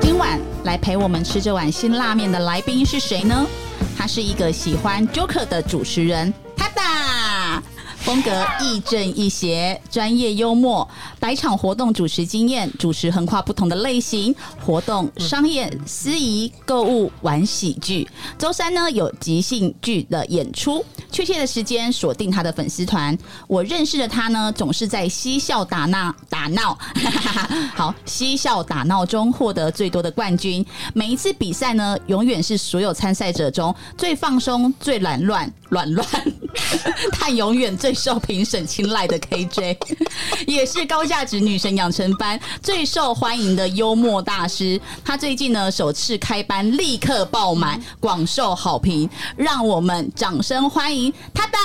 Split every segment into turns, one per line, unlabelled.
今晚来陪我们吃这碗辛辣面的来宾是谁呢？他是一个喜欢 Joker 的主持人，他达。风格亦正亦邪，专业幽默，百场活动主持经验，主持横跨不同的类型活动，商业、
嗯
司仪、购物、玩喜剧。周三呢有即兴剧的演出，确切的时间锁定他的粉丝团。我认识的他呢，总是在嬉笑打闹打闹， 好嬉笑打闹中获得最多的冠军。每一次比赛呢，永远是所有参赛者中最放松、最懒乱、软乱。 他永远最受评审青睐的 KJ，也 是高价值女神养成班最受欢迎的幽默大师。他最近呢首次开班，立刻爆满，广受好评。让我们掌声欢迎他吧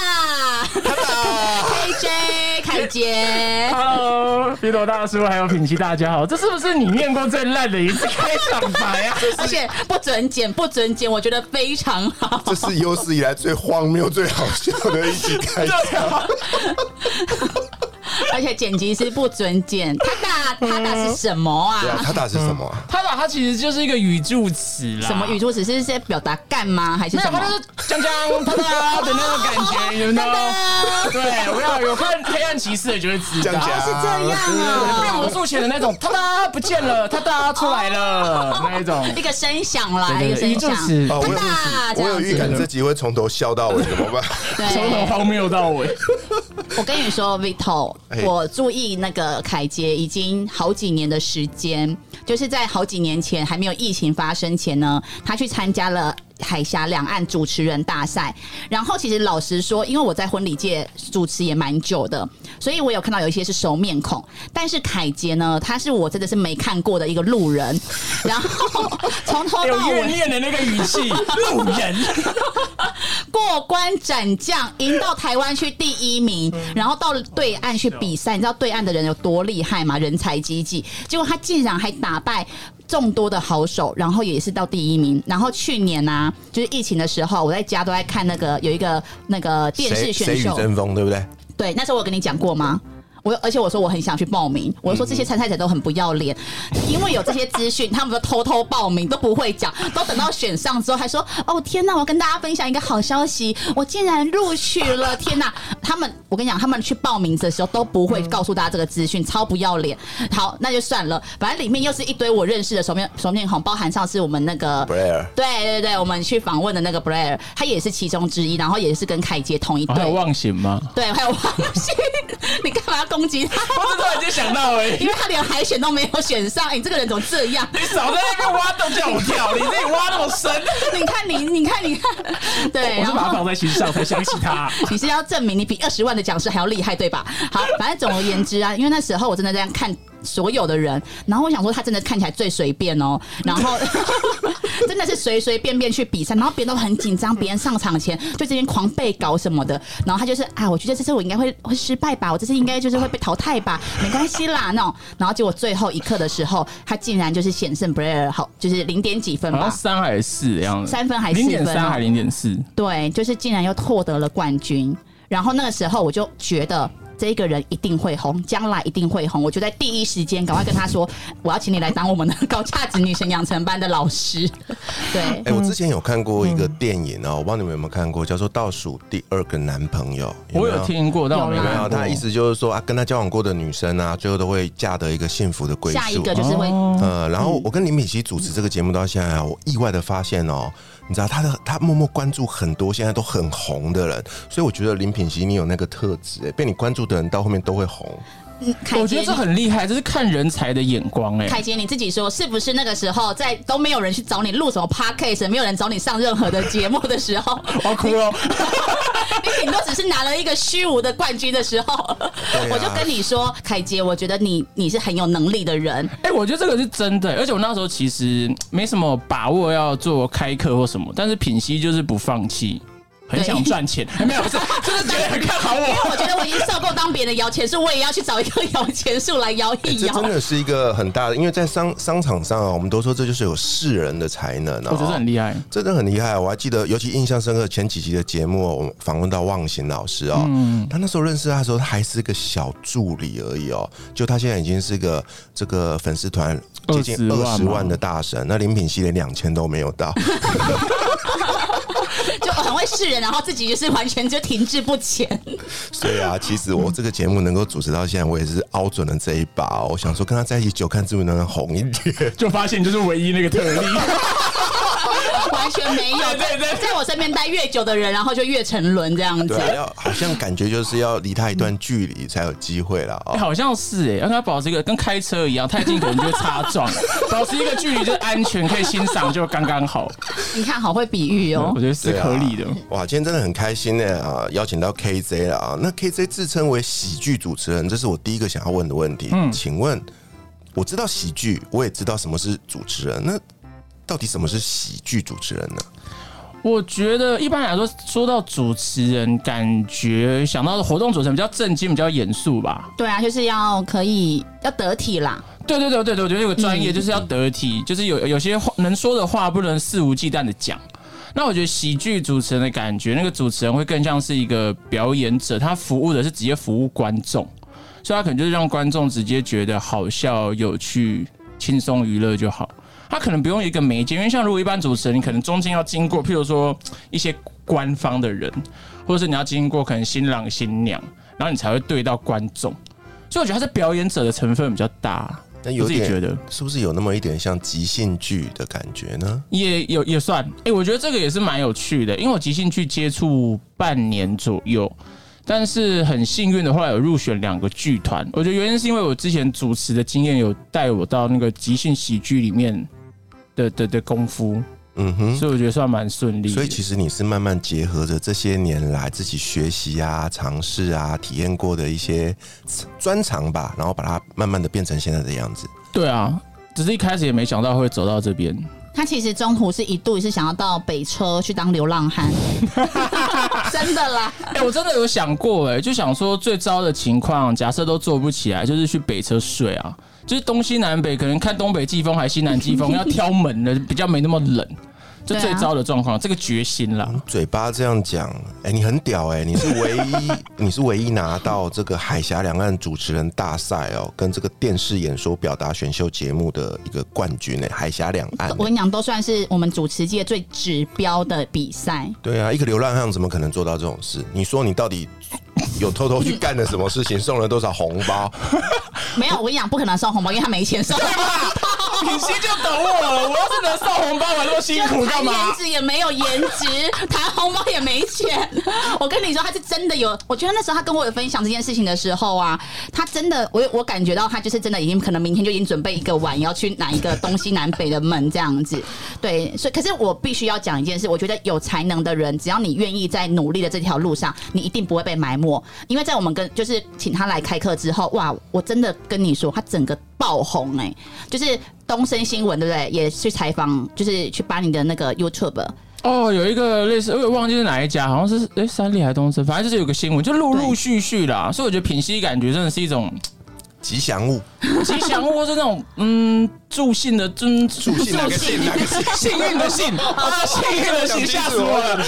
，KJ 凯 杰。
Hello，鼻头大叔还有品奇，大家好，这是不是你念过最烂的一次开场白啊？
而且不准剪，不准剪，我觉得非常好。
这是有史以来最荒谬、最好笑的一集 开场。
而且剪辑师不准剪，他打他打是什么啊？
对啊，他打是什么啊？
他把它其实就是一个语助词啦，
什么语助词是在表达干吗？还是
没有，
什么
他？就是锵锵啪啪的那种感觉，你们都 对，我要有看《黑暗骑士》的就会知
这样
道
讲，。
是这样啊、
变魔术前的那种，他哒不见了，他哒出来了那一种，
一个声响啦，一个声
语助
响，
词
哦，我有
大这
我有
样
预感
子。
这集会从头笑到尾，怎么办？
从头
对，
荒谬到尾。
我跟你说，Vito，
哎
我注意那个凯杰已经好几年的时间，就是在好几年前还没有疫情发生前呢，他去参加了。海峡两岸主持人大赛，然后其实老实说，因为我在婚礼界主持也蛮久的，所以我有看到有一些是熟面孔，但是凯杰呢，他是我真的是没看过的一个路人，然后从 头
有
到
哎
尾
怨念的那个语气，路人，
过关斩将，赢到台湾去第一名，然后到对岸去比赛。你知道对岸的人有多厉害吗？人才济济。结果他竟然还打败众多的好手，然后也是到第一名。然后去年啊，就是疫情的时候，我在家都在看那个有一个那个电视
谁
选
谁与
秀，
争锋，对不对？
对，那时候我有跟你讲过吗？我而且我说我很想去报名，我说这些参赛者都很不要脸，因为有这些资讯，他们都偷偷报名，都不会讲，都等到选上之后还说哦天哪，我要跟大家分享一个好消息，我竟然录取了！天哪，他们我跟你讲，他们去报名的时候都不会告诉大家这个资讯，超不要脸。好，那就算了，反正里面又是一堆我认识的熟面熟面孔，包含上次我们那个
布莱尔
对对对，我们去访问的那个 Blair，他也是其中之一，然后也是跟凯杰同一队。
忘形吗？
对，还有王鑫，你干嘛要攻击他？
我只突然间想到而已
因。为他连海选都没有选上，哎你这个人怎么这样？
你少在那边挖洞叫我跳，你自己挖那么 深。
你看你，你看你看，对，然后
在心上才想起他。
你是要证明你比二十万的讲师还要厉害，对吧？好，反正总而言之啊，因为那时候我真的在看所有的人，然后我想说他真的看起来最随便哦，然后 真的是随随便便去比赛，然后别人都很紧张，别人上场前就这边狂背稿什么的，然后他就是啊，我觉得这次我应该会会失败吧，我这次应该就是会被淘汰吧，没关系啦那种，然后结果最后一刻的时候，他竟然就是险胜 b r a i r 好，就是零点几分
好像
吧。
三还是四的哦样子，
三分还是四
零
分
点三还零点四，
对，就是竟然又获得了冠军。然后那个时候我就觉得这个人一定会红，将来一定会红。我就在第一时间赶快跟他说，我要请你来当我们的高价值女神养成班的老师。对，
哎，我之前有看过一个电影哦，我不知道你们有没有看过，叫做《倒数第二个男朋友》。
我
没
有听过，但我没
有啦
没
看
有，
过。
他意思就是说啊，跟他交往过的女生啊，最后都会嫁得一个幸福的归宿。
下一个就是会
呃，然后我跟林敏熙主持这个节目到现在啊，我意外的发现哦，你知道他的他默默关注很多现在都很红的人，所以我觉得林品熙你有那个特质、哎被你关注的人到后面都会红。
凯
我
杰
觉得这。很厉害，这是看人才的眼光哎、
凯杰，你自己说，是不是那个时候在都没有
哦
人去找你录什么 podcast，没有人找你上任何的节目的时候，
我要哭了，
你顶多只是拿了一个虚无的冠军的时候，
对啊
我就跟你说，凯杰，我觉得你你是很有能力的人，
哎、我觉得这个是真的、而且我那时候其实没什么把握要做开课或什么，但是品熙就是不放弃，很想赚钱，哎没有不 是，就是觉得很看好
因为
我。
我觉得我已经受够当别人的摇钱树，我也要去找一棵摇钱树来摇
欸
一
这
摇
真。的是一个很大的，因为在商商场上啊，我们都说这就是有世人的才能啊、
我觉得很厉害，
真的很厉害。我还记得，尤其印象深刻前几集的节目，我们访问到忘形老师哦、他那时候认识他的时候，他还是个小助理而已哦、就他现在已经是个这个粉丝团接近
20万
二十
吗
万的大神，那林品熙连两千都没有到。
就很会示人，然后自己就是完全就停滞不 前。
所以啊，其实我这个节目能够主持到现在，我也是凹准了这一把、哦。我想说，跟他在一起久，看是不是能红一点。
就发现就是唯一那个特例。
完全没有，
对
在
对对
在我身边待越久的人，然后就越沉沦这样子
对。啊，要好像感觉就是要离他一段距离才有机会啦。
欸
哦。
好像是哎、让他保持一个跟开车一样，太近可能就会擦 撞，保持一个距离就是安全，可以欣赏就刚刚好。
你看，好会比喻哦
我。觉得是
对啊
合理的。
哇，今天真的很开心呢啊！邀请到 KJ 了啊，那 KJ 自称为喜剧主持人，这是我第一个想要问的问题。
嗯
请问，我知道喜剧，我也知道什么是主持人，那到底什么是喜剧主持人呢？
我觉得一般来说，说到主持人，感觉想到的活动主持人比较正经，比较严肃吧。
对啊，就是要可以要得体啦。
对对对对对，我觉得有个专业就是要得体，就是有有些话能说的话不能肆无忌惮的讲。那我觉得喜剧主持人的感觉，那个主持人会更像是一个表演者，他服务的是直接服务观众，所以他可能就是让观众直接觉得好笑、有趣、轻松娱乐就好。他可能不用一个媒介，因为像如果一般主持人，你可能中间要经过，譬如说一些官方的人，或者是你要经过可能新郎新娘，然后你才会对到观众。所以我觉得他是表演者的成分比较大。
那有
我自己
点
觉得
是不是有那么一点像即兴剧的感觉呢？
也有也算，哎、我觉得这个也是蛮有趣的，因为我即兴去接触半年左右，但是很幸运的话有入选两个剧团。我觉得原因是因为我之前主持的经验有带我到那个即兴喜剧里面的的的功夫，
嗯哼。
所以我觉得算蛮顺利的。
所以其实你是慢慢结合着这些年来自己学习啊、尝试啊、体验过的一些专长吧，然后把它慢慢的变成现在的样子。
对啊，只是一开始也没想到会走到这边。
他其实中途是一度是想要到北车去当流浪 汉，真的啦。
哎、我真的有想过、哎，就想说最糟的情况，假设都做不起来，就是去北车睡啊，就是东西南北，可能看东北季风还是西南季 风，要挑门的，比较没那么冷，就
对啊嗯
最糟的状况，这个决心 啦。
嘴巴这样讲，哎、你很屌哎、你是唯一， 你是唯一拿到这个海峡两岸主持人大赛哦，跟这个电视演说表达选秀节目的一个冠军哎、海峡两岸、
我跟你讲，都算是我们主持界最指标的比赛。
对啊，一个流浪汉怎么可能做到这种事？你说你到底有偷偷去干了什么事 情？送了多少红包？
没有，我跟你讲，不可能送红包，因为他没钱送。
品心就懂我了，我要是能送红包，我还那么辛苦干
谈
嘛？
颜值也没有颜值，谈红包也没钱。我跟你说，他是真的有。我觉得那时候他跟我有分享这件事情的时候啊，他真的，我我感觉到他就是真的已经可能明天就已经准备一个碗要去哪一个东西南北的门这样子。对，所以可是我必须要讲一件事，我觉得有才能的人，只要你愿意在努力的这条路上，你一定不会被埋没。因为在我们跟就是请他来开课之后，哇，我真的跟你说，他整个爆红哎、就是东森新闻对不对？也去采访，就是去把你的那个 YouTube
哦，有一个类似，我也忘记是哪一家，好像是哎、三立还是东森，反正就是有个新闻，就陆陆续续啦。所以我觉得品心感觉真的是一种
吉祥物，
吉祥物，或是那种嗯助兴的尊助
信哪个信哪个信？
幸运的幸，啊，幸运的幸，吓死我了！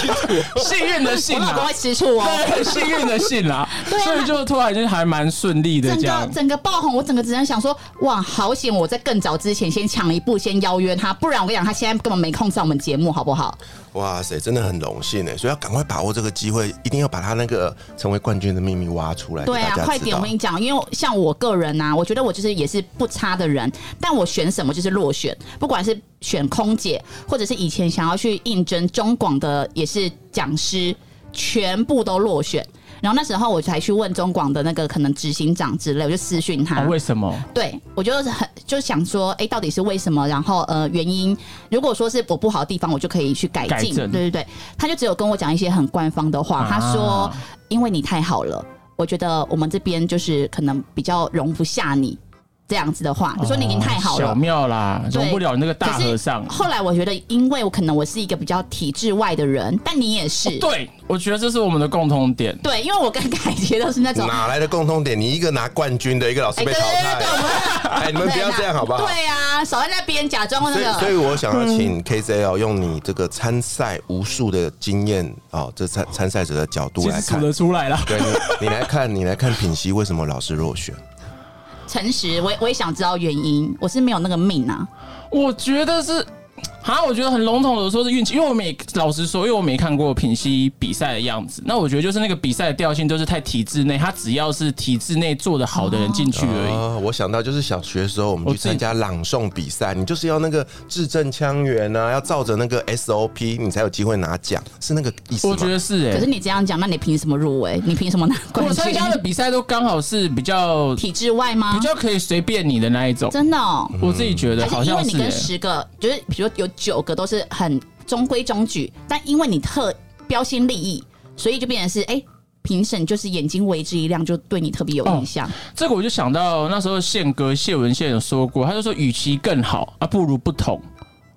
幸运的幸
我老公
啊
会，吃醋哦。
对，幸运的幸啦，所以就突然就还蛮顺利的
整
这
个
样。
整个爆红，我整个只能想说，哇，好险！我在更早之前先抢一步，先邀约他，不然我跟你讲，他现在根本没空上我们节目，好不好？
哇塞，真的很荣幸哎，所以要赶快把握这个机会，一定要把他那个成为冠军的秘密挖出来，
对
给大
啊
家，
快
知
点！
道
我跟你讲，因为像我个人呐、啊，我觉得我就是也是不差的人，但我选什么就是落选，不管是选空姐，或者是以前想要去应征中广的也是讲师，全部都落选。然后那时候我才去问中广的那个可能执行长之类，我就私讯他。
哦为什么？
对，我就是很就想说，哎、到底是为什么？然后呃，原因如果说是我不好的地方，我就可以去改
改
进。
正
对对对，他就只有跟我讲一些很官方的话，他说
啊
因为你太好了，我觉得我们这边就是可能比较容不下你这样子的话，你说你已经太好
哦小
了。
庙啦，
对
容不了你那个大
可是
和尚。
后来我觉得，因为我可能我是一个比较体制外的人，但你也是。
对，我觉得这是我们的共同点。
对，因为我跟凯杰都是那种
哪来的共通点？你一个拿冠军的，一个老师
哎，
被
对对
淘汰
对对，我。们
哎，你们不要这样好不好？
对啊，少在那边假装那
所以，所以
个。
我想要
嗯
请 KZL 用你这个参赛无数的经验哦，这参参赛者的角度
其
来
实
看
数，得出来啦。
对你，你来看，你来看品熙为什么老是落 选？
诚实，我也我也想知道原因，我是没有那个命啊。
我觉得是，啊，我觉得很笼统的说是运气，因为我没老实说，因为我没看过品熙比赛的样子。那我觉得就是那个比赛的调性都是太体制内，他只要是体制内做的好的人进去而已。哦
哦，我想到就是小学的时候，我们
我
去
自己
参加朗诵比赛，你就是要那个字正腔圆啊，要照着那个 SOP，你才有机会拿奖，是那个意思吗？
我觉得是哎、
可是你这样讲，那你凭什么入围？你凭什么拿冠
我参
军？
加的比赛都刚好是比较
体制外吗？
比较可以随便你的那一种。
真的、哦，
嗯
我自己觉得好
啊还是因为
像
你
是、
跟
欸，
十个，就是比如有九个都是很中规中矩，但因为你特标新立异，所以就变成是哎。评审就是眼睛为之一亮，就对你特别有印象。
这个我就想到那时候宪哥谢文宪有说过，他就说与其更好啊，不如不同。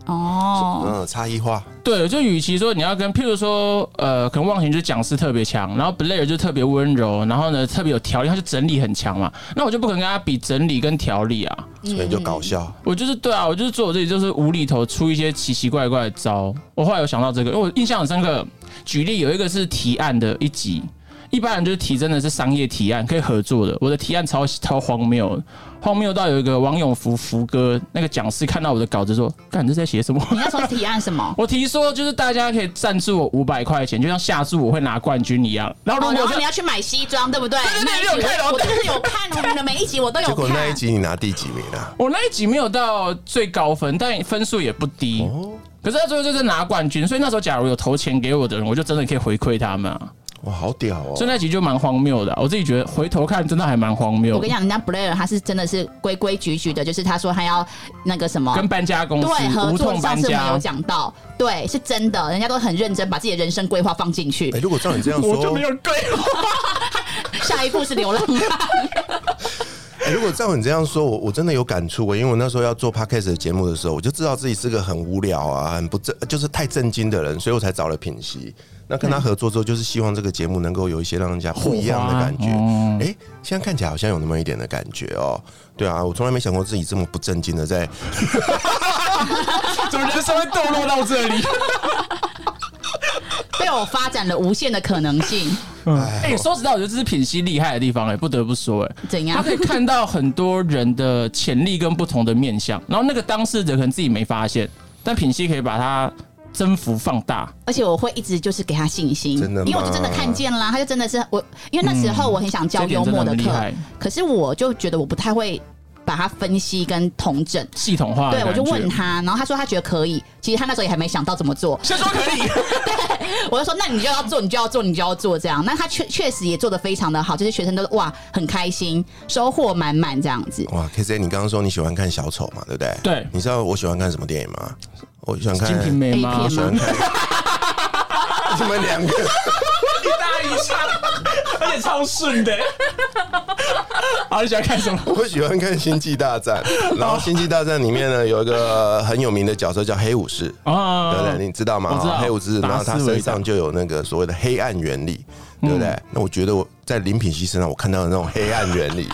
哦，
嗯，差异化，
对，就与其说你要跟，譬如说，呃，可能忘形就是讲师特别强，然后 Blair 就特别温柔，然后呢特别有条理，他就整理很强嘛。那我就不可能跟他比整理跟条理啊。
所以就搞
嗯
笑。
我就是对啊，我就是做我自己，就是无厘头出一些奇奇怪怪的招。我后来有想到这个，因为我印象很深刻。举例有一个是提案的一集，一般人就是提真的是商业提案可以合作的，我的提案超超荒谬的，荒谬到有一个王永福福哥那个讲师看到我的稿子说：“干，你这在写什么？”
你那时候提案什么
？我提说，就是大家可以赞助我五百块钱，就像下注我会拿冠军一样。然后
哦，
如
然
果
后
是
你要去买西装，对不对？
对对
那一集
你有看哦
我我就是有看哦，你的每一集我 都有
结
看。
果那一集你拿第几名啊？
我那一集没有到最高分，但分数也不低。
哦，
可是他最后就是拿冠军，所以那时候假如有投钱给我的人，我就真的可以回馈他们啊。
哇，好屌哦！
所以那集就蛮荒谬的啊、我自己觉得回头看真的还蛮荒谬
我跟你。讲，人家 Blair 他是真的是规规矩矩的，就是他说他要那个什么
跟搬家公司
对合
无
作，上
痛搬
次我们
家
有，讲到，对，是真的，人家都很认真把自己的人生规划放进去
哎、，如果照你这样说，
我就没有对。
下一步是 流浪汉。
欸如果照你这样说，我我真的有感触。因为我那时候要做 podcast 的节目的时候，我就知道自己是个很无聊啊、很不正，就是太震惊的人，所以我才找了品熙。那跟他
嗯
合作之后，就是希望这个节目能够有一些让人家不一样的感觉。
火花嗯
哎、现在看起来好像有那么一点的感觉哦、对啊，我从来没想过自己这么不正经的在。
怎么人生会堕落到这 里？
被我发展了无限的可能性，
哎、说实在，我觉得这是品熙厉害的地方、哎，不得不说、哎，
怎
他
样
可？以看到很多人的潜力跟不同的面相，然后那个当事者可能自己没发现，但品熙可以把它征服放大。
而且我会一直就是给他信心，
真的吗
因为我就真的看见啦，他就真的是我，因为那时候我很想教
嗯这点
幽
真
默
很厉
课，
害，
可是我就觉得我不太会把它分析跟统整，
系统化的
对我就
感觉
问，他，然后他说他觉得可以，其实他那时候也还没想到怎么做，
先说可以，
我就说，那你就要做，你就要做，你就要做这样。那他确确实也做的非常的好，就是学生都哇很开心，收获满满这样子。
哇，K Z，你刚刚说你喜欢看小丑嘛，对不对？
对
你知道我喜欢看什么电影吗？我喜欢看
金瓶梅吗
A
喜
片？
欢 看。你们两个，
一搭一唱， 而且超顺的。好，你喜欢看什么？
我喜欢看《星际大战》， 然后《星际大战》里面呢有一个很有名的角色叫黑武士，
啊
对不对？你知道吗？
我知道
哦黑武士，然后他
达嗯斯维
身
达
上就有那个所谓的黑暗原理，对不对？那我觉得我在林品熙身上我看到的那种黑暗原 理，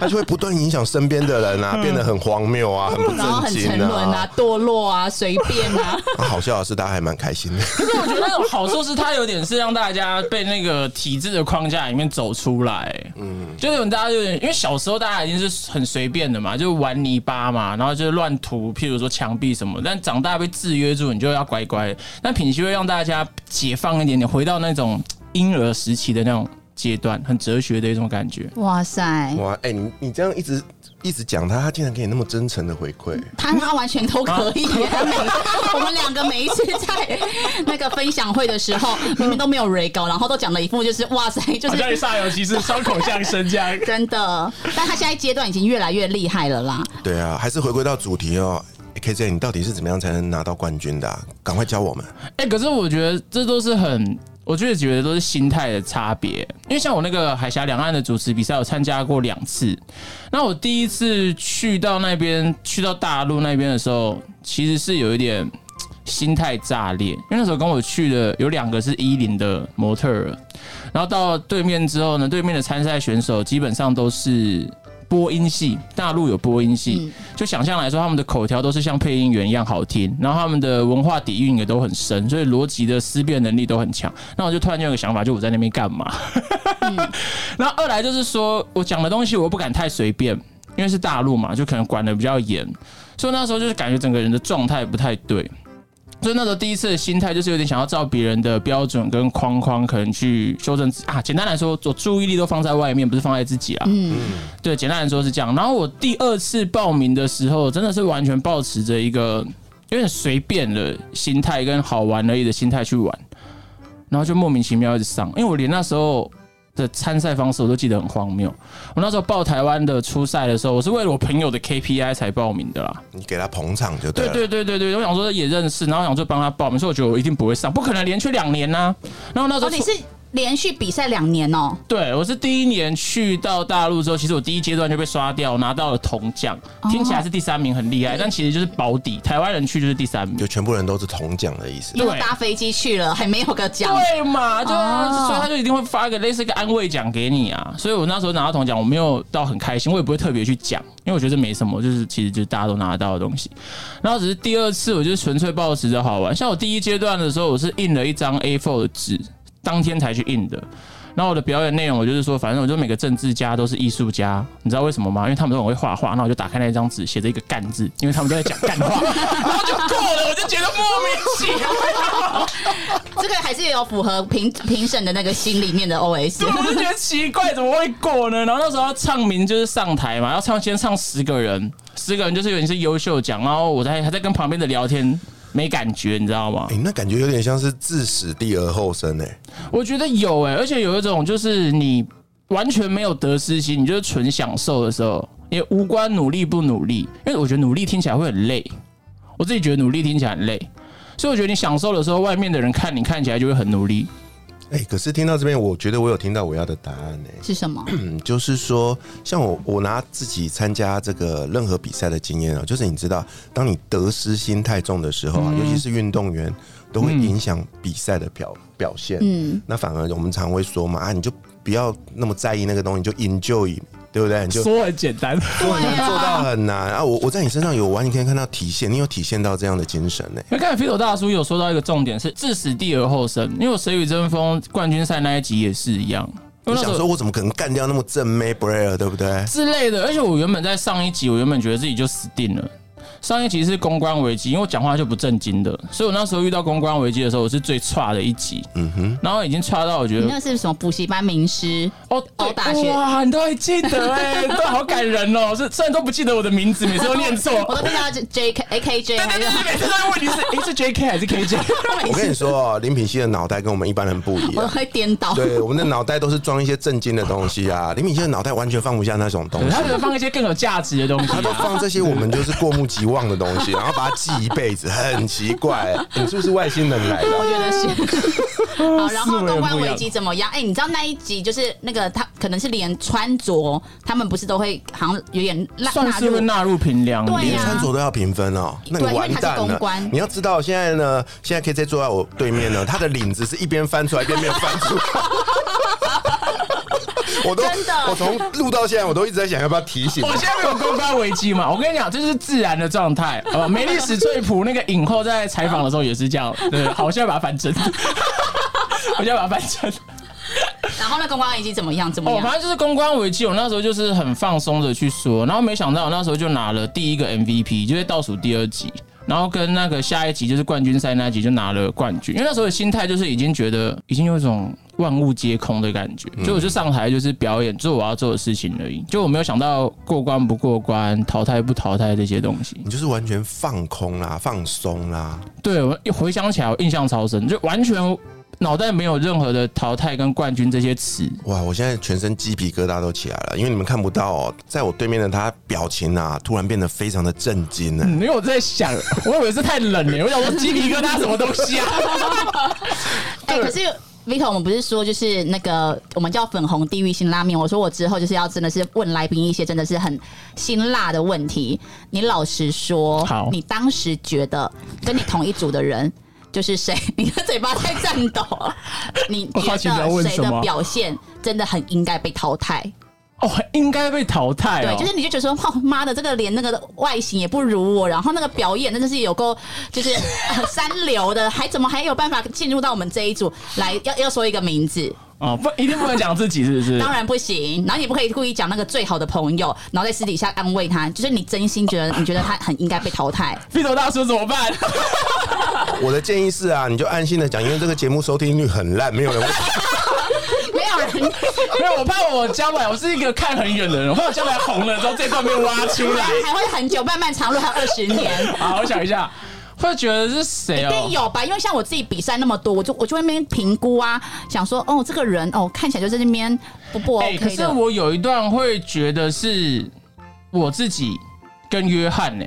他就会不断影响身边的人
嗯
啊，变得很荒谬啊，很不
然后
正
很
经
沉沦啊，堕落啊，随便啊，
啊好笑的是，大家还蛮开心的。
可是我觉得那种好处是，它有点是让大家被那个体制的框架里面走出来。嗯，就是大家有点，因为小时候大家一定是很随便的嘛，就玩泥巴嘛，然后就是乱涂，譬如说墙壁什么。但长大被制约住，你就要乖乖。那品熙会让大家解放一点点，回到那种婴儿时期的那种阶段，很哲学的一种感觉。
哇塞，
哇，哎、你你这样一直一直讲他，他竟然给你那么真诚的回馈，
他他完全都可以。他每我们两个每一次在那个分享会的时候，明明都没有 re 稿，然后都讲了一副就是哇塞，就是
煞有其事，双口相声这样。
真的。但他现在阶段已经越来越厉害了啦。
对啊，还是回归到主题哦、K J，你到底是怎么样才能拿到冠军的啊、赶快教我们。
哎、可是我觉得这都是很，我觉得觉得都是心态的差别。因为像我那个海峡两岸的主持比赛，我参加过两次。那我第一次去到那边，去到大陆那边的时候，其实是有一点心态炸裂，因为那时候跟我去的有两个是一零的模特儿，然后到对面之后呢，对面的参赛选手基本上都是。播音系，大陆有播音系，就想象来说，他们的口条都是像配音员一样好听，然后他们的文化底蕴也都很深，所以逻辑的思辨能力都很强。那我就突然就有个想法，就我在那边干嘛？ 然后二来就是说我讲的东西我又不敢太随便，因为是大陆嘛，就可能管的比较严，所以那时候就是感觉整个人的状态不太对。所以那时候第一次的心态就是有点想要照别人的标准跟框框，可能去修正自啊。简单来说，我注意力都放在外面，不是放在自己啊。
嗯，
对，简单来说是这样。然后我第二次报名的时候，真的是完全抱持着一个有点随便的心态跟好玩而已的心态去玩，然后就莫名其妙一直上，因为我连那时候。的参赛方式我都记得很荒谬。我那时候报台湾的初赛的时候，我是为了我朋友的 KPI 才报名的啦。
你给他捧场就对啊
对
了。
对对对对，我想说也认识，然后想说帮他报名，所以我觉得我一定不会上，不可能连续两年呐、然后那时候
哦，你是连续比赛两年哦，
对，我是第一年去到大陆之后，其实我第一阶段就被刷掉，拿到了铜奖，听起来是第三名，很厉害，但其实就是保底。台湾人去就是第三名
就，全部人都是同奖的意思。
因为搭飞机去了，还没有个奖。
对嘛？对啊，
哦
所以他就一定会发一个类似一个安慰奖给你啊。所以我那时候拿到铜奖，我没有到很开心，我也不会特别去讲，因为我觉得没什么，就是其实就是大家都拿得到的东西。然后只是第二次，我就是纯粹抱持着好玩。像我第一阶段的时候，我是印了一张 A4 的纸，当天才去印的。然后我的表演内容，我就是说，反正我就每个政治家都是艺术家，你知道为什么吗？因为他们都很会画画。那我就打开那张纸，写着一个“干”字，因为他们都在讲 干话，然后就过了，我就觉得莫名其妙。
这个还是有符合评评审的那个心里 面的 OS。
我就觉得奇怪，怎么会过呢？然后那时候要唱名就是上台嘛，要唱先唱十个人，十个人就是有点是优秀奖，然后我在还在跟旁边的聊天。没感觉，你知道吗
哎、？那感觉有点像是置死地而后生哎、
我觉得有哎、而且有一种就是你完全没有得失心，你就是纯享受的时候，也无关努力不努力，因为我觉得努力听起来会很累，我自己觉得努力听起来很累，所以我觉得你享受的时候，外面的人看你看起来就会很努力。
哎、可是听到这边，我觉得我有听到我要的答案哎、
是什么？
嗯，就是说，像我，我拿自己参加这个任何比赛的经验啊，就是你知道，当你得失心太重的时候啊，尤其是运动员，都会影响比赛的表表现。
嗯，
那反而我们常会说嘛，啊，你就不要那么在意那个东西，你就 enjoy，对不对？你就
说很简单，
做
对啊
做到很难啊！我我在你身上有完，你可以看到体现，你有体现到这样的精神呢、
因为刚才飞头大叔有说到一个重点是置死地而后生，因为我《谁与争锋》冠军赛那一集也是一样，因
我
为那时哎
想
候
说，我怎么可能干掉那么正妹 Blair，对不对？
之类的。而且我原本在上一集，我原本觉得自己就死定了。上一集是公关危机，因为我讲话就不正经的，所以我那时候遇到公关危机的时候，我是最差的一集，
嗯哼，
然后已经差到我觉
你
得
那是什么补习班名师？
哦，对
哦大学
哇，你都还记得哎、都好感人哦。是虽然都不记得我的名字，每次都念 错。
我都不知道 J K A K J
对
还
对
是
对，对每次都在问你是诶是 JK 还是 KJ？
我跟你说哦，林品熙的脑袋跟我们一般人不一
我
样。
会颠倒。
对，我们的脑袋都是装一些震惊的东西 啊，林品熙的脑袋完全放不下那种东
对
西
他。只能放一些更有价值的东西、啊。
他都放这些我们就是过目即忘的东 西，然后把它记一辈子，很奇怪、 你是不是外星人来
我
的？
觉得是。 好，然后
思维
公
不
关
一样
危机怎么样？哎、你知道那一集就是那个他可能是连穿着，他们不是都会好像有点纳
算
纳
是会
入。
纳入评量。
对
连
呀
穿着都要评分哦，那你
对因为
完
他是
蛋
公
了
关。
你要知道，现在呢，现在 KJ 坐在我对面 呢，他的领子是一边翻出来，一边没有翻出来。 我都
真的，
我从录到现在，我都一直在想要不要提醒你
我。现在没有公关危机嘛？我跟你讲，这是自然的 状态，好吧？梅丽史翠普那个影后在采访的时候也是这样，对，好，我现在把它翻正， 我现在把它翻正。
然后那公关危机怎么样？怎么
哦，
样？
反正就是公关危机，我那时候就是很放松的去说，然后没想到我那时候就拿了第一个 MVP，就是倒数第二集，然后跟那个下一集就是冠军赛那一集就拿了冠军，因为那时候的心态就是已经觉得已经有一种万物皆空的感觉，所以我就上台就是表演，做我要做的事情而已。就我没有想到过关不过关、淘汰不淘汰这些东西。
你就是完全放空啦，放松啦，
对我一回想起来，我印象超深，就完全脑袋没有任何的淘汰跟冠军这些词。
哇！我现在全身鸡皮疙瘩都起来了，因为你们看不到哦，在我对面的他表情啊，突然变得非常的震惊啊呢、
嗯因为我在想，我以为是太冷了，我想说鸡皮疙瘩什么东西啊？
哎、可是 Vico，我们不是说就是那个我们叫粉红地狱辛拉面？我说我之后就是要真的是问来宾一些真的是很辛辣的问题。你老实说，
好
你当时觉得跟你同一组的人。就是谁？ 你的嘴巴在颤抖，你
我
觉
好奇你要
得
问
谁
什
的
么
表现真的很应该被淘汰？
哦，应该被淘汰哦。
对，就是你就觉得说，哦妈的，这个脸那个外形也不如我，然后那个表演真的是有够就是 呃三流的，还怎么还有办法进入到我们这一组来？要要说一个名字，
哦，不，一定不能讲自己是不是？
当然不行。然后你不可以故意讲那个最好的朋友，然后在私底下安慰他，就是你真心觉得你觉得他很应该被淘 汰。
披头大叔怎么办？
我的建议是啊，你就安心的讲，因为这个节目收听率很烂，没有人会。
没有啊人，
没有，我怕我将来我是一个看很远的人，我怕我将来红了之后这段被挖出来。
还会很久，漫漫长路还有二十年。
好，我想一下，会觉得是谁
一定
哦？
有吧，因为像我自己比赛那么多，我就我就会那边评估啊，想说哦，这个人哦，看起来就是那边不不
哎、
OK 的。
可是我有一段会觉得是我自己跟约翰呢、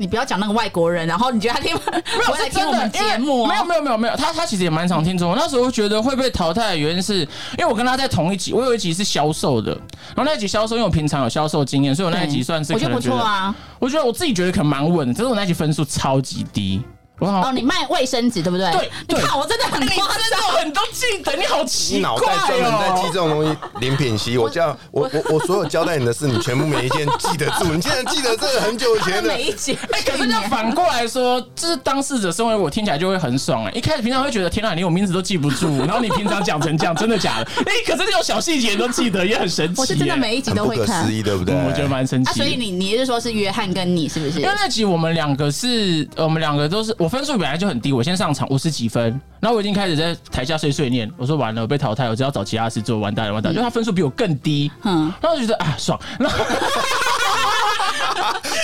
你不要讲那个外国人，然后你觉得他听 不
是
来
真
听
的
我们节目、
因为没有
哦？
没有没有没有，他他其实也蛮常听中文。那时候觉得会被淘汰的原因是，因为我跟他在同一集，我有一集是销售的，然后那一集销售，因为我平常有销售经验，所以我那一集算是
我
可
觉得
能
不
觉
错
得，
啊。
我觉得我自己觉得可能蛮稳的，只是我那一集分数超级低，我好
哦，
像
你卖卫生纸对不对？
对对
你看我真的很
你
夸
知
张。
道很多记得，你好
你
奇怪
脑袋专门在记
哦
这。种东 西，林品熙，我这样，我我我所有交代你的事，你全部每一件记得住，你竟然记得这个很久以
他
前
们
的
每。一集，
哎、可是那反过来说，就是当事者身为我，听起来就会很爽哎、一开始平常会觉得，天哪，连我名字都记不住，然后你平常讲成这样，真的假的？哎、可是这种小细节都记得，也很神奇、
我是真的
哎
每一集
很
都
不
会
可
看
思。议，对不对？
嗯我觉得蛮神奇
啊，
的。
所以你你是说是约翰跟你是不是
因为？那集我们两个是，呃我们两个都是，我分数本来就很低，我先上场五十几分，然后我已经开始在台下碎碎念，我说完了，我被淘汰，我只要找其他事做，完蛋了，完蛋了，因为他分数比我更低，
嗯
嗯，然后我就觉得啊爽，然后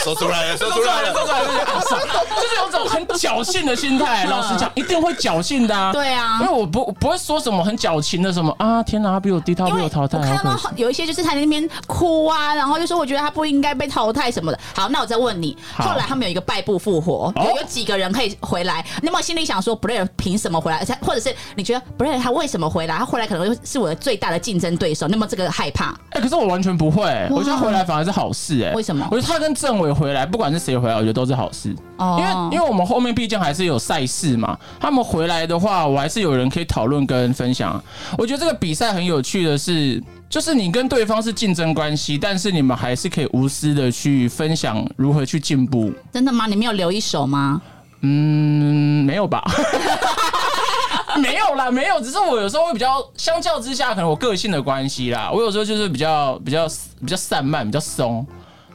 说出来了，说
说出来了，说出来了，就是啊爽就是有种很侥幸的心态，老实讲，一定会侥幸的、啊，
对啊
因为我不我不会说什么很矫情的什么啊，天哪，他比我低，他
因
比
为
我
我
淘汰，好
看
可
到
惜。
有一啊些就是他在那边哭啊，然后就说我觉得他不应该被淘汰什么的。好，那我再问你，
好
后来他们有一个败部复活，
哦
有有几个人可以回来？那么心里想说 Blair 凭什么回来？而且或者是你觉得 Blair 他为什么回来？他回来可能是我的最大的竞争对手，那么这个害怕。
哎、可是我完全不会、我觉得回来反而是好事哎、
为什么
我觉得他跟政委回来，不管是谁回来，我觉得都是好事。
哦
因为因为我们后面毕竟还是有赛事嘛，他们回来的话，我还是有人可以讨论跟分享啊。我觉得这个比赛很有趣的是，就是你跟对方是竞争关系，但是你们还是可以无私的去分享如何去进步。
真的吗？你没有留一手吗？
嗯， 没有吧？没有啦，没有，只是我有时候会比较，相较之下，可能我个性的关系啦，我有时候就是比较比较比较散漫，比较松。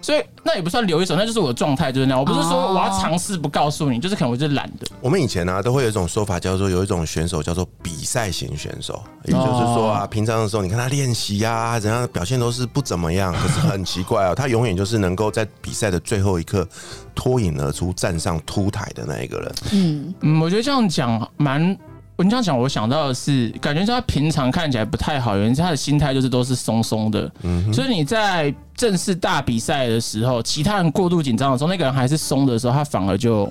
所以那也不算留一手，那就是我的状态就是那样。我不是说
哦
我要尝试不告诉你，就是可能我就懒得。
我们以前啊，都会有一种说法，叫做有一种选手叫做比赛型选手，也就是说
哦
啊，平常的时候你看他练习啊，怎样表现都是不怎么样，可是很奇怪哦，他永远就是能够在比赛的最后一刻脱颖而出，站上凸台的那一个人。
嗯，
嗯，我觉得这样讲蛮。我你这样讲，我想到的是，感觉他平常看起来不太好，原因是他的心态就是都是松松的。
嗯
所以你在正式大比赛的时候，其他人过度紧张的时候，那个人还是松的时候，他反而就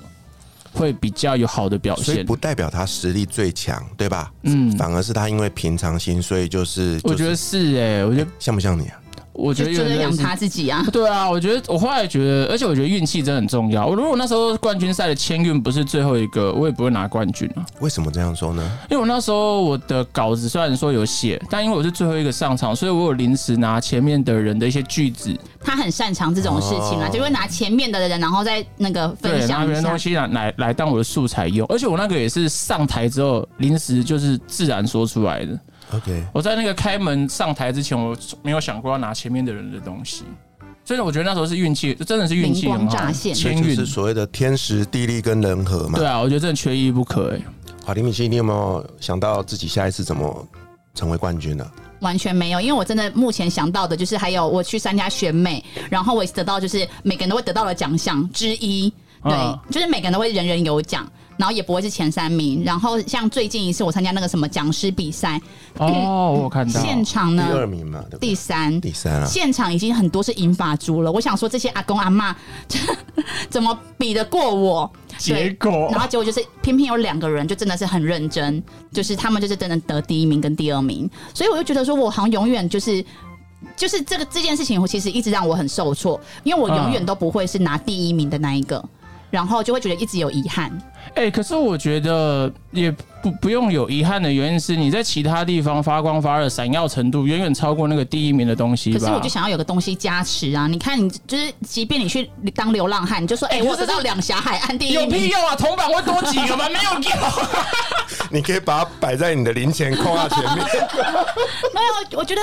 会比较有好的表
所以
现。
不代表他实力最强，对吧？
嗯
反而是他因为平常心，所以就是，
我觉
就
得
是
是哎、我觉得
像不像你啊？
我
就
觉得
就
有
是
点类
养
似
他自己啊。
对啊，我觉得我后来觉得，而且我觉得运气真的很重要。我如果那时候冠军赛的签运不是最后一个，我也不会拿冠军啊。
为什么这样说呢？
因为我那时候我的稿子虽然说有写，但因为我是最后一个上场，所以我有临时拿前面的人的一些句子，
他很擅长这种事情啊，
哦
就会拿前面的人，然后再那个分
对，拿
享
别
一
人
下
东。西来来来当我的素材用。而且我那个也是上台之后临时就是自然说出来的。
OK，
我在那个开门上台之前，我没有想过要拿前面的人的东西，所以我觉得那时候是运气，就真的是运气
灵光
很好
乍，现
这
签
就
运啊
是。所谓的天时地利跟人和嘛
对。啊，我觉得真的缺一不可哎、
好，林敏熙，你有没有想到自己下一次怎么成为冠军了？
完全没有，因为我真的目前想到的就是，还有我去参加选美，然后我也得到就是每个人都会得到的奖项之一，对，
嗯
就是每个人都会人人有奖，然后也不会是前三名。然后像最近一次我参加那个什么讲师比赛，
哦，我有看到，
现场
嗯第
呢
二名嘛，对不对？
第三，
第三啊，
现场已经很多是银发族了，我想说这些阿公阿妈 怎么比得过我？
结果
然后结果就是偏偏有两个人就真的是很认真，就是他们就是真的得第一名跟第二名，所以我就觉得说我好像永远就是。就是这个这件事情，其实一直让我很受挫，因为我永
嗯
远都不会是拿第一名的那一个，然后就会觉得一直有遗憾。
哎、可是我觉得也不不用有遗憾的原因是，你在其他地方发光发热、闪耀程度远远超过那个第一名的东西
可
吧。
是我就想要有个东西加持啊！你看，你就是即便你去当流浪汉，你就说，哎、
哎可是
我得到两峡海岸第一
有
名，
屁用啊！铜板会多几个吗？没有 用。
你可以把它摆在你的零钱扣啊前面。
没有，我觉得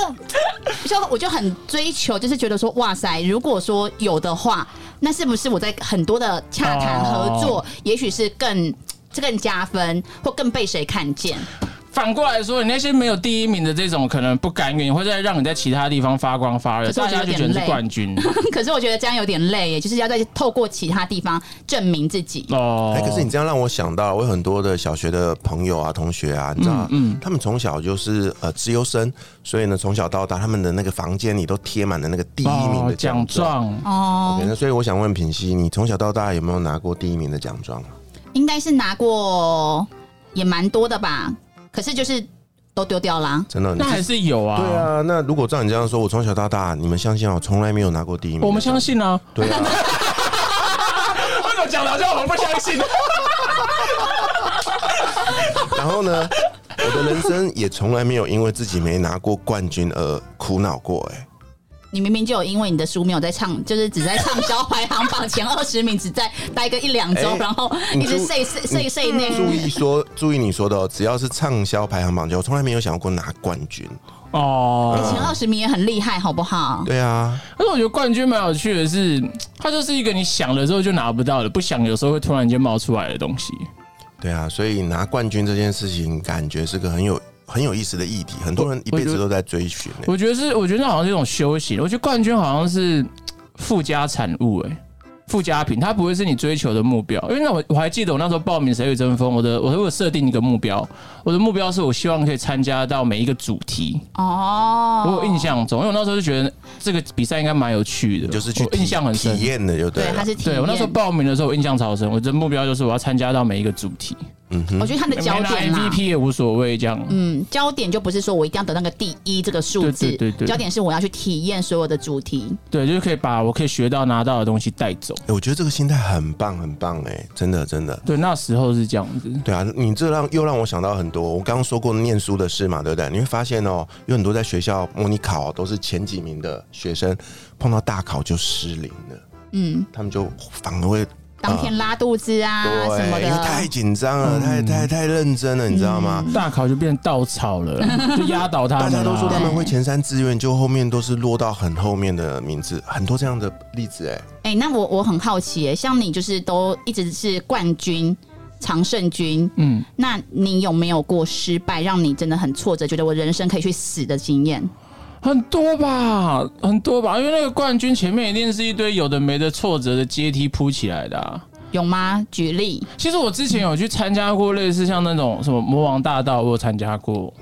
就我就很追求，就是觉得说，哇塞，如果说有的话，那是不是我在很多的洽谈合作，也许是更这更加分，或更被谁看见？
反过来说，你那些没有第一名的这种，可能不甘愿，或者让你在其他地方发光发热，
可是我
大
觉得
家就
有
觉
点
得是
累
冠军
可是我觉得这样有点累耶，就是要在透过其他地方证明自己。
哦。
哎、可是你这样让我想到，我有很多的小学的朋友啊、同学啊，你知道，嗯，他们从小就是呃资优生，所以呢，从小到大，他们的那个房间里都贴满了那个第一名
哦
的
奖
奖状。
状，
哦
OK，，那所以我想问品熙，你从小到大有没有拿过第一名的奖状啊？
应该是拿过也蛮多的吧，可是就是都丢掉啦。
真的，你
那还是有啊。
对，啊。那如果照你这样说，我从小到大，你们相信啊我从来没有拿过第一名。
我们相。信啊。
对啊，
为什么讲的好像我们不相信？
然后 呢，我的人生也从来没有因为自己没拿过冠军而苦恼过、哎。
你明明就有因为你的书没有在唱， 就是只在畅销排行榜前二十名，只在待个一两周，
哎
然后一直睡睡睡睡那
嗯
注意说，注意你说的、哦，只要是畅销排行榜就，我从来没有想过拿冠军。
哦，
前二十名也很厉害，好不好？
对啊，
但是我觉得冠军蛮有趣的是，它就是一个你想了之后就拿不到的，不想有时候会突然间冒出来的东西。
对啊，所以拿冠军这件事情，感觉是个很有很有意思的议题，很多人一辈子都在追寻、欸。
我觉得是，我觉得那好像是一种修行。我觉得冠军好像是嘖附加产物、欸，附加品，它不会是你追求的目标。因为那我我还记得我那时候报名《谁与争锋》，我的我有设定一个目标，我的目标是我希望可以参加到每一个主题。
哦，
我有印象中，因为我那时候就觉得这个比赛应该蛮有趣的，
就是去
我印象很
体
深
体。验的，就对
对，
了。
他是体
对
验。
我那时
嗯
候报名的时候，我印象超深。我的目标就是我要参加到每一个主题，
我觉得他的
没
焦
拿
点啦，
MVP 也无所谓，这样。
嗯，焦点就不是说我一定要得那个第一这个数字，
对对对对
焦点是我要去体验所有的主题。
对，就是可以把我可以学到拿到的东西带走。
欸我觉得这个心态很棒，很棒、哎，真的，真的。
对，那时候是这样子。
对啊，你这让又让我想到很多。我刚刚说过念书的事嘛，对不对？你会发现哦，有很多在学校模拟考都是前几名的学生，碰到大考就失灵了，
嗯，
他们就反而会
当天拉肚子啊嗯
对，
什么
因为太
的，
紧张了，太太太认真了，你知道吗？
嗯
大考就变稻草了，就压倒他
大
们啦。
家都说他
对
们会前三志愿，就后面都是落到很后面的名字，很多这样的例子哎、
哎、那我我很好奇耶，像你就是都一直是冠军、常胜军，
嗯，
那你有没有过失败，让你真的很挫折，觉得我人生可以去死的经验？
很多吧，很多吧，因为那个冠军前面一定是一堆有的没的挫折的阶梯铺起来的、啊。
有吗？举例，
其实我之前有去参加过类似像那种什么魔王大道，我有参加过，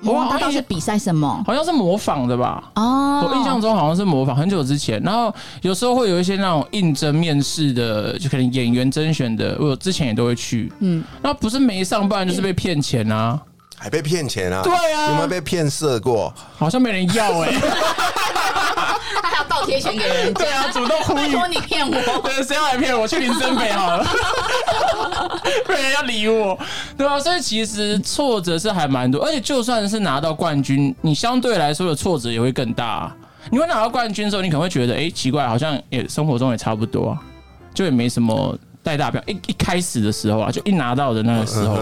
魔王大
好
道
像
是比赛什么？
好像是模仿的吧。
哦，
我印象
中
中好像是模仿很久之前，然后有时候会有一些那种应征面试的，就可能演员甄选的，我之前也都会去。
嗯
嗯，那不是没上班就是被骗钱啊，
还被骗钱啊？
对啊
有没有被骗色过？
好像没人要哎、
他还要倒贴钱给人家，
对啊，主动 呼
拜
吁
托你骗我。
对，谁要来骗我？去林森北好了， 没人要理我，对吧、所以其实挫折是还蛮多，而且就算是拿到冠军，你相对来说的挫折也会更大、啊你会拿到冠军之后，你可能会觉得，哎、奇怪，好像也生活中也差不多、啊，就也没什么带大不了。一一开始的时候啊，就一拿到的那个时候，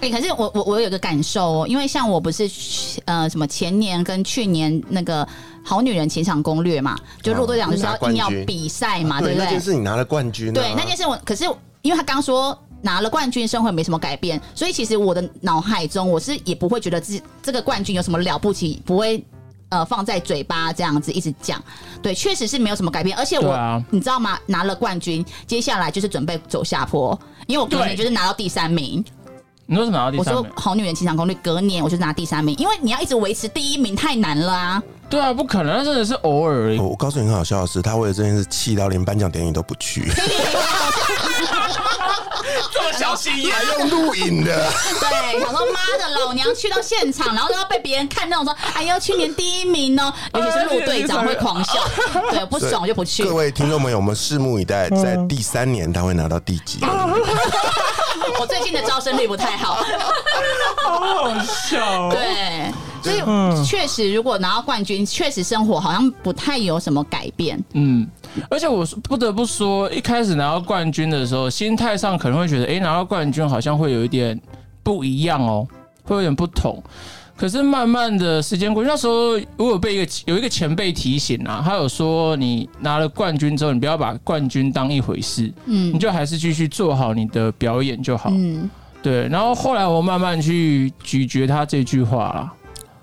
哎、可是我我我有个感受哦，因为像我不是去呃什么前年跟去年那个《好女人情场攻略》嘛，就陆队长就是要硬要比赛嘛，对不
那
对
件？事你拿了冠军、啊，
对，那件事我可是因为他刚说拿了冠军，生活也没什么改变。所以其实我的脑海中，我是也不会觉得自己这个冠军有什么了不起，不会。呃，放在嘴巴这样子一直讲，对，确实是没有什么改变。而且我，
对啊
你知道吗？拿了冠军，接下来就是准备走下坡，因为我隔年
对
就是拿到第三名。
你说什么拿到第
我
三
说
名？
《好女人情场攻略》，隔年我就是拿第三名，因为你要一直维持第一名太难了啊！
对啊，不可能，那真的是偶尔而已。
我我告诉你，很好笑的是，他为了这件事气到连颁奖典礼都不去，
这么小 心眼，
还用录影 的。
对，想说妈的，老娘去到现场，然后都要被别人看那种说，哎呦，去年第一名哦，尤其
哎
是陆队长会狂笑，对，不爽就不去。
各位听众朋友，我们拭目以待，在第三年他会拿到第几？
嗯
我最近的招生率不太好，
好好
欸
笑哦。
对，所
嗯
以确实，如果拿到冠军，确实生活好像不太有什么改变。
嗯，而且我不得不说，一开始拿到冠军的时候，心态上可能会觉得，哎、拿到冠军好像会有一点不一样哦，会有点不同。可是慢慢的时间过去，那时候我有被一个有一个前辈提醒啊，他有说你拿了冠军之后，你不要把冠军当一回事，
嗯
你就还是继续做好你的表演就好。
嗯，
对，然后后来我慢慢去咀嚼他这句话啦。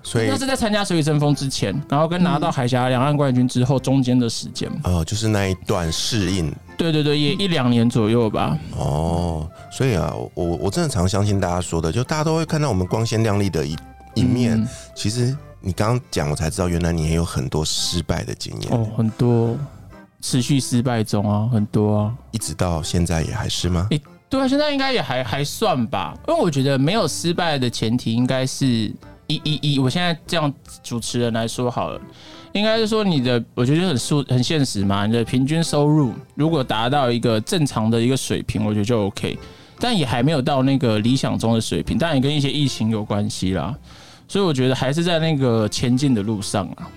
所以
那是在参加《水与争锋》之前，然后跟拿到海峡两岸冠军之后中间的时间。
呃，就是那一段适应
对对对，也一两年左右吧。
哦。所以啊，我我我真的常相信大家说的，就大家都会看到我们光鲜亮丽的一一面。
嗯
其实你刚刚讲，我才知道原来你也有很多失败的经验，
哦，很多持续失败中啊，很多啊。
一直到现在也还是吗？
对啊，现在应该也还还算吧，因为我觉得没有失败的前提应该是以以以我现在这样主持人来说好了，应该是说你的，我觉得很素很现实嘛，你的平均收入如果达到一个正常的一个水平，我觉得就 OK，但也还没有到那个理想中的水平，当然也跟一些疫情有关系啦，所以我觉得还是在那个前进的路上啊。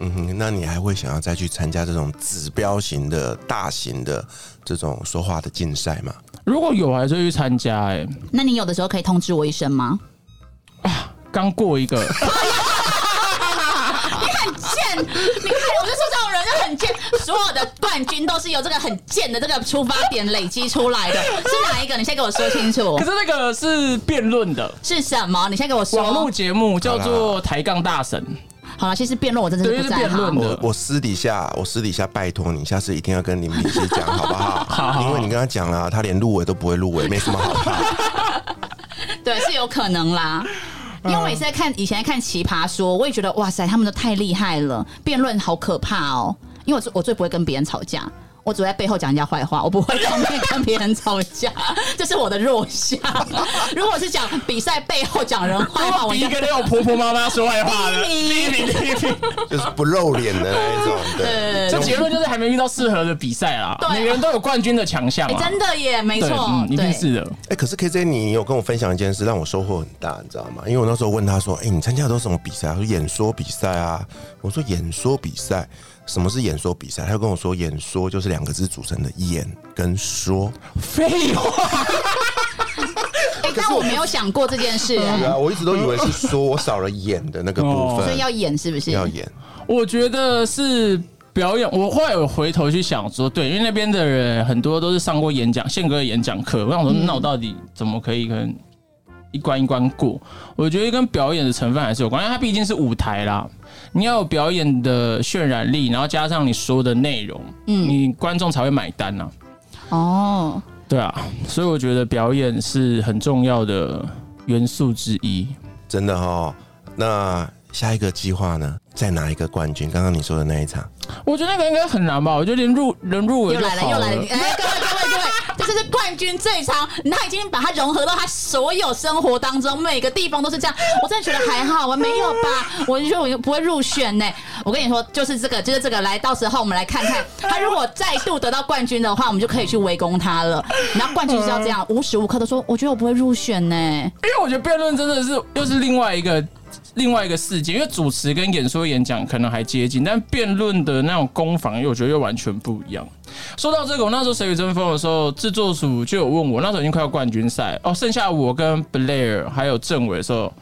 嗯哼，那你还会想要再去参加这种指标型的大型的这种说话的竞赛吗？
如果有还是会去参加、哎，
那你有的时候可以通知我一声吗？
刚过 一个。哦
很贱！你看，我就说这种人就很贱。所有的冠军都是由这个很贱的这个出发点累积出来的，是哪一个？你先给我说清楚
可。是那个是辩论的
是什么？你先给我说。
网络节目，叫做《抬杠大神
好了，其实辩论我真的是
对
不在
是辩论
行。
的
我我私底下，我私底下拜托你，下次一定要跟林敏熙讲，好不好？
好好
因为你跟他讲了，他连入围都不会入围，没什么好怕。
对，是有可能啦。因为我也是在看以前在看《奇葩说》，我也觉得哇塞，他们都太厉害了，辩论好可怕哦。因为我最我最不会跟别人吵架，我只会在背后讲人家坏话，我不会当面跟别人吵架， 这是我的弱 项。如果是讲比赛背后讲人》，坏话，我
第
应
一
该
个那种婆婆妈妈说坏话的，
第一名
第一名。
就是不露脸的那一种。对，
这结论就是还没遇到适合的比赛啦
对，
每个人都有冠军的强项
哎、
啊。
真的耶，没
对，
错
嗯，一定是的。
哎、可是 KJ，你有跟我分享一件事，让我收获很大，你知道吗？因为我那时候问他说：“哎、你参加的都是什么比赛啊？”他说：“演说比赛啊。”我说：“演说比赛，什么是演说比赛？”他就跟我说：“演说就是两个字组成的演跟说。
废话，
哎、但我没有想过这件事、”
对 啊，我一直都以为是说我少了演的那个部
哦
所
分
以，要演是不是？
要演。
我觉得是。表演，我后来有回头去想说，对，因为那边的人很多都是上过演讲，宪哥的演讲课。我想说，
嗯
那我到底怎么可以跟一关一关过？我觉得跟表演的成分还是有关，因为它毕竟是舞台啦，你要有表演的渲染力，然后加上你说的内容，
嗯
你观众才会买单呐、
哦。
对啊，所以我觉得表演是很重要的元素之一。
真的哦。那下一个计划呢？再拿一个冠军？刚刚你说的那一场，
我觉得那个应该很难吧？我觉得连入人入围
又
就
来了，
好
又来了！哎，各位各位各 位，这就是冠军最长，他已经把它融合到他所有生活当中，每个地方都是这样。我真的觉得还好，我没有 吧？我就觉得我又不会入选呢、我跟你说，就是这个，就是这个。来，到时候我们来看看，他如果再度得到冠军的话，我们就可以去围攻他了。然后冠军是要这样，无时无刻都说，我觉得我不会入选呢、
因为我觉得辩论真的是又是另外一个另外一个世界，因为主持跟演说、演讲可能还接近，但辩论的那种攻防，我觉得又完全不一样。说到这个，我那时候《谁与争锋》的时候，制作组就有问我，那时候已经快要冠军赛哦，剩下我跟 Blair 还有政委的时候。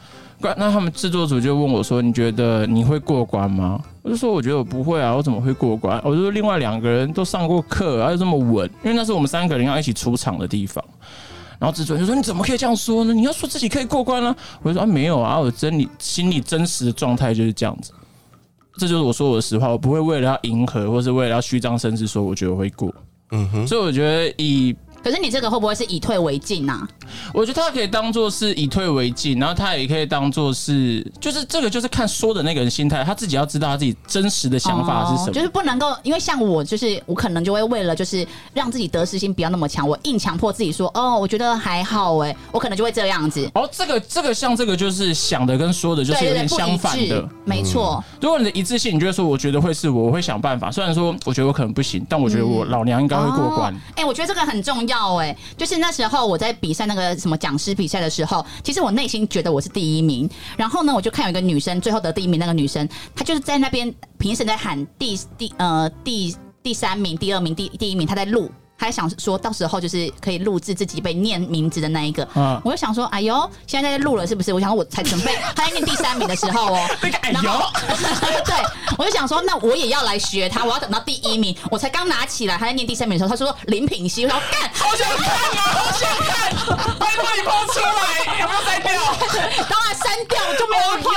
冠那他们制作组就问我说：“你觉得你会过关吗？”我就说：“我觉得我不会啊，我怎么会过关？”我就说：“啊另外两个人都上过课，还有这么稳，因为那是我们三个人要一起出场的地方。”然后制作人就说：“你怎么可以这样说呢？你要说自己可以过关啊。”我就说：“啊，没有啊，我真理心里真实的状态就是这样子。”这就是我说我的实话，我不会为了要迎合，或是为了要虚张声势说我觉得我会过。嗯哼，所以我觉得以
可是你这个会不会是以退为进啊？
我觉得它可以当做是以退为进，然后它也可以当做是，就是这个就是看说的那个人心态，他自己要知道他自己真实的想法是什么。
哦就是不能够，因为像我，就是我可能就会为了就是让自己得失心不要那么强，我硬强迫自己说，哦，我觉得还好哎、我可能就会这样子。
哦，这个这个像这个就是想的跟说的，就是
对
有
对
点
对，不
相
一
反
致
的。，
没错。
如果你的一致性，你就会说，我觉得会是我，我会想办法。虽然说我觉得我可能不行，但我觉得我老娘应该会过关
哦。哎、我觉得这个很重要哎、就是那时候我在比赛那个什么讲师比赛的时候，其实我内心觉得我是第一名，然后呢，我就看有一个女生最后得第一名，那个女生她就是在那边评审在喊第第呃第第三名、第二名、第第一名，她在录。她还想说到时候就是可以录制自己被念名字的那一个，
嗯
我就想说，哎呦，现在在录了是不是？我想我才准备，她在念第三名的时候 哦，
那个哎
然
呦
后， 对，我就想说，那我也要来学他，我要等到第一名，我才刚拿起来，他在念第三名的时候，他说林品熙，我说干，
好想看啊，好想看！拜托你抛出来，有没有在掉？ 哦
当然删掉我就没有碰。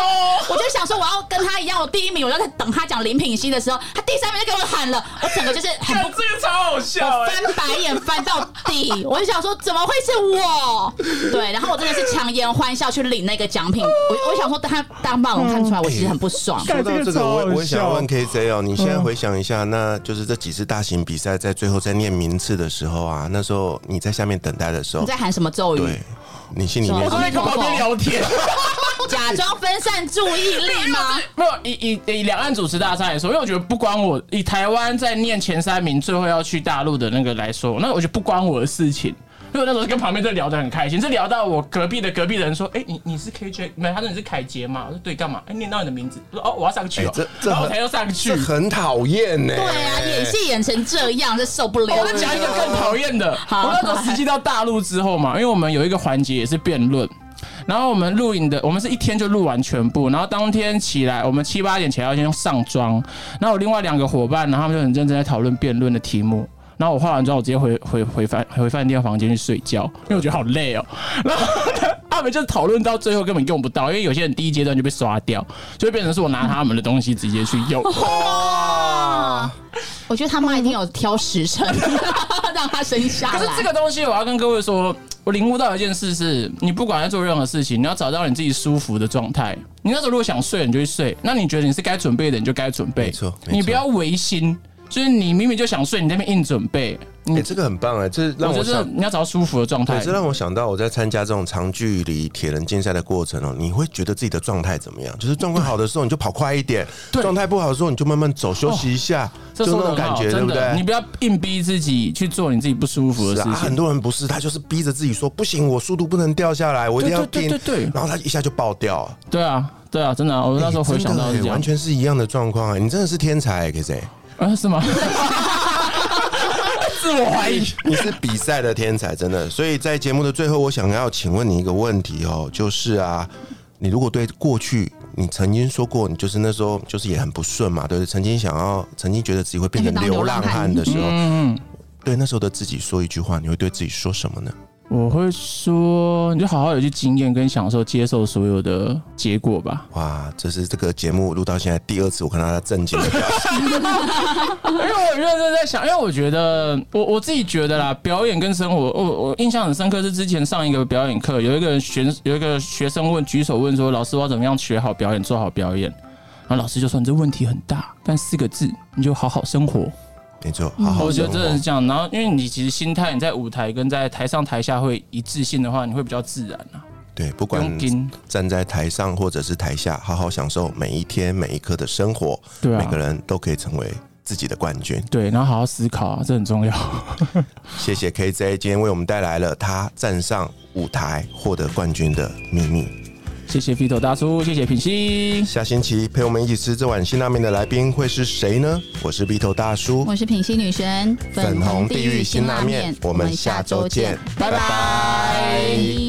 我就想说，我要跟他一样，我第一名，我要在等他讲林品熙的时候，他第三名就给我喊了，我整个就是很
看
不。
这个超好笑
我
哎、
翻白眼翻到底，我就想说怎么会是我？对，然后我真的是强颜欢笑去领那个奖品，我我想说他当爸我看出来我其实很不爽。
说到
这个
这个，
超
我
好
我也想要
笑嗯
问 KJ 哦，你现在回想一下，那就是这几次大型比赛在最后在念名次的时候啊，那时候你在下面等待的时
你
候，
在喊什么咒语
对？你心里面
我
是
说
在跟旁边聊天。
假装分散注意力 吗？
没有以以以两岸主持大赛来说，因为我觉得不关我以台湾在念前三名，最后要去大陆的那个来说，那我觉得不关我的事情。因为我那时候跟旁边在聊得很开心，是聊到我隔壁的隔壁的人说：“哎、你你是 KJ 没有？”他说：“你是凯杰吗？”我说：“对，干嘛？”哎、念到你的名字，我说：“哦，我要上去哦。
哎这这
然后我
很
才又上去。
这很讨厌呢。
对啊，演戏演成这样，这受不了。
我再讲一个更讨厌的。
好
我那时候实际到大陆之后嘛，因为我们有一个环节也是辩论。然后我们录影的，我们是一天就录完全部。然后当天起来，我们七八点起来要先上妆。然后我另外两个伙伴，然后他们就很认真在讨论辩论的题目。然后我化完妆，我直接回回回饭回饭店房间去睡觉，因为我觉得好累哦。然后呢他们就讨论到最后根本用不到，因为有些人第一阶段就被刷掉，就会变成是我拿他们的东西直接去 用。
我觉得他妈一定有挑时辰， 让他生下
可
来。
是这个东西，我要跟各位说，我领悟到一件事是，你不管在做任何事情，你要找到你自己舒服的状态。你那时候如果想睡，你就去睡；那你觉得你是该准备的，你就该准备。
没错没错
你不要违心，就是你明明就想睡，你在那边硬准备。
哎、
你
这个很棒哎，这
我
让
觉
我
得
想
你要找到舒服的状
对，
态。
这让我想到我在参加这种长距离铁人竞赛的过程哦、你会觉得自己的状态怎么样？就是状况好的时候你就跑快一点，
对哦
状态不好的时候你就慢慢走，休息一下，
这
就
说
那种
的
感觉，对不
你
对？
不要硬逼自己去做你自己不舒服
是
的事
啊，
情。
啊很多人不是，他就是逼着自己说不行，我速度不能掉下来，我一定要
对
拼，
对对对对
然后他一下就爆掉。
对啊，对啊，真的、啊，我那时候
哎
回想到
真的
是这
哎
样
完。全是一样的状况哎，你真的是天才哎，KZ，
啊，是吗？ 自我怀疑。
你是比赛的天才，真的。所以在节目的最后，我想要请问你一个问题哦，就是啊，你如果对过去你曾经说过，你就是那时候就是也很不顺嘛，对不对？曾经想要，曾经觉得自己会变成
那就当
流
流
浪
浪汉
汉的时候，
嗯。
对那时候的自己说一句话，你会对自己说什么呢？
我会说，你就好好的去经验跟享受，接受所有的结果吧。
哇，这是这个节目录到现在第二次，我看到他震惊的 表情。
因为我认真在想，因为我觉得我我自己觉得啦，表演跟生活，我我印象很深刻是之前上一个表演课，有一个人学有一个学生问举手问说，老师我要怎么样学好表演，做好表演？然后老师就说你这问题很大，但四个字，你就好好生活。
没错，好好
我觉得
生
真的是
活。
这样。然后因为你其实心态你在舞台跟在台上台下会一致性的话，你会比较自然啊，
对，不
不用
管
盯。
站在台上或者是台下，好好享受每一天每一刻的生活。
对啊
每个人都可以成为自己的冠军。
对，然后好好思考啊，这很重要。
谢谢 KJ 今天为我们带来了他站上舞台获得冠军的秘密。
谢谢 Vito 大叔，谢谢品心，
下星期陪我们一起吃这碗辛拉面的来宾会是谁呢？我是 B 头大叔，
我是品心女神，
粉红地狱辛拉面，我们下周见，
拜拜。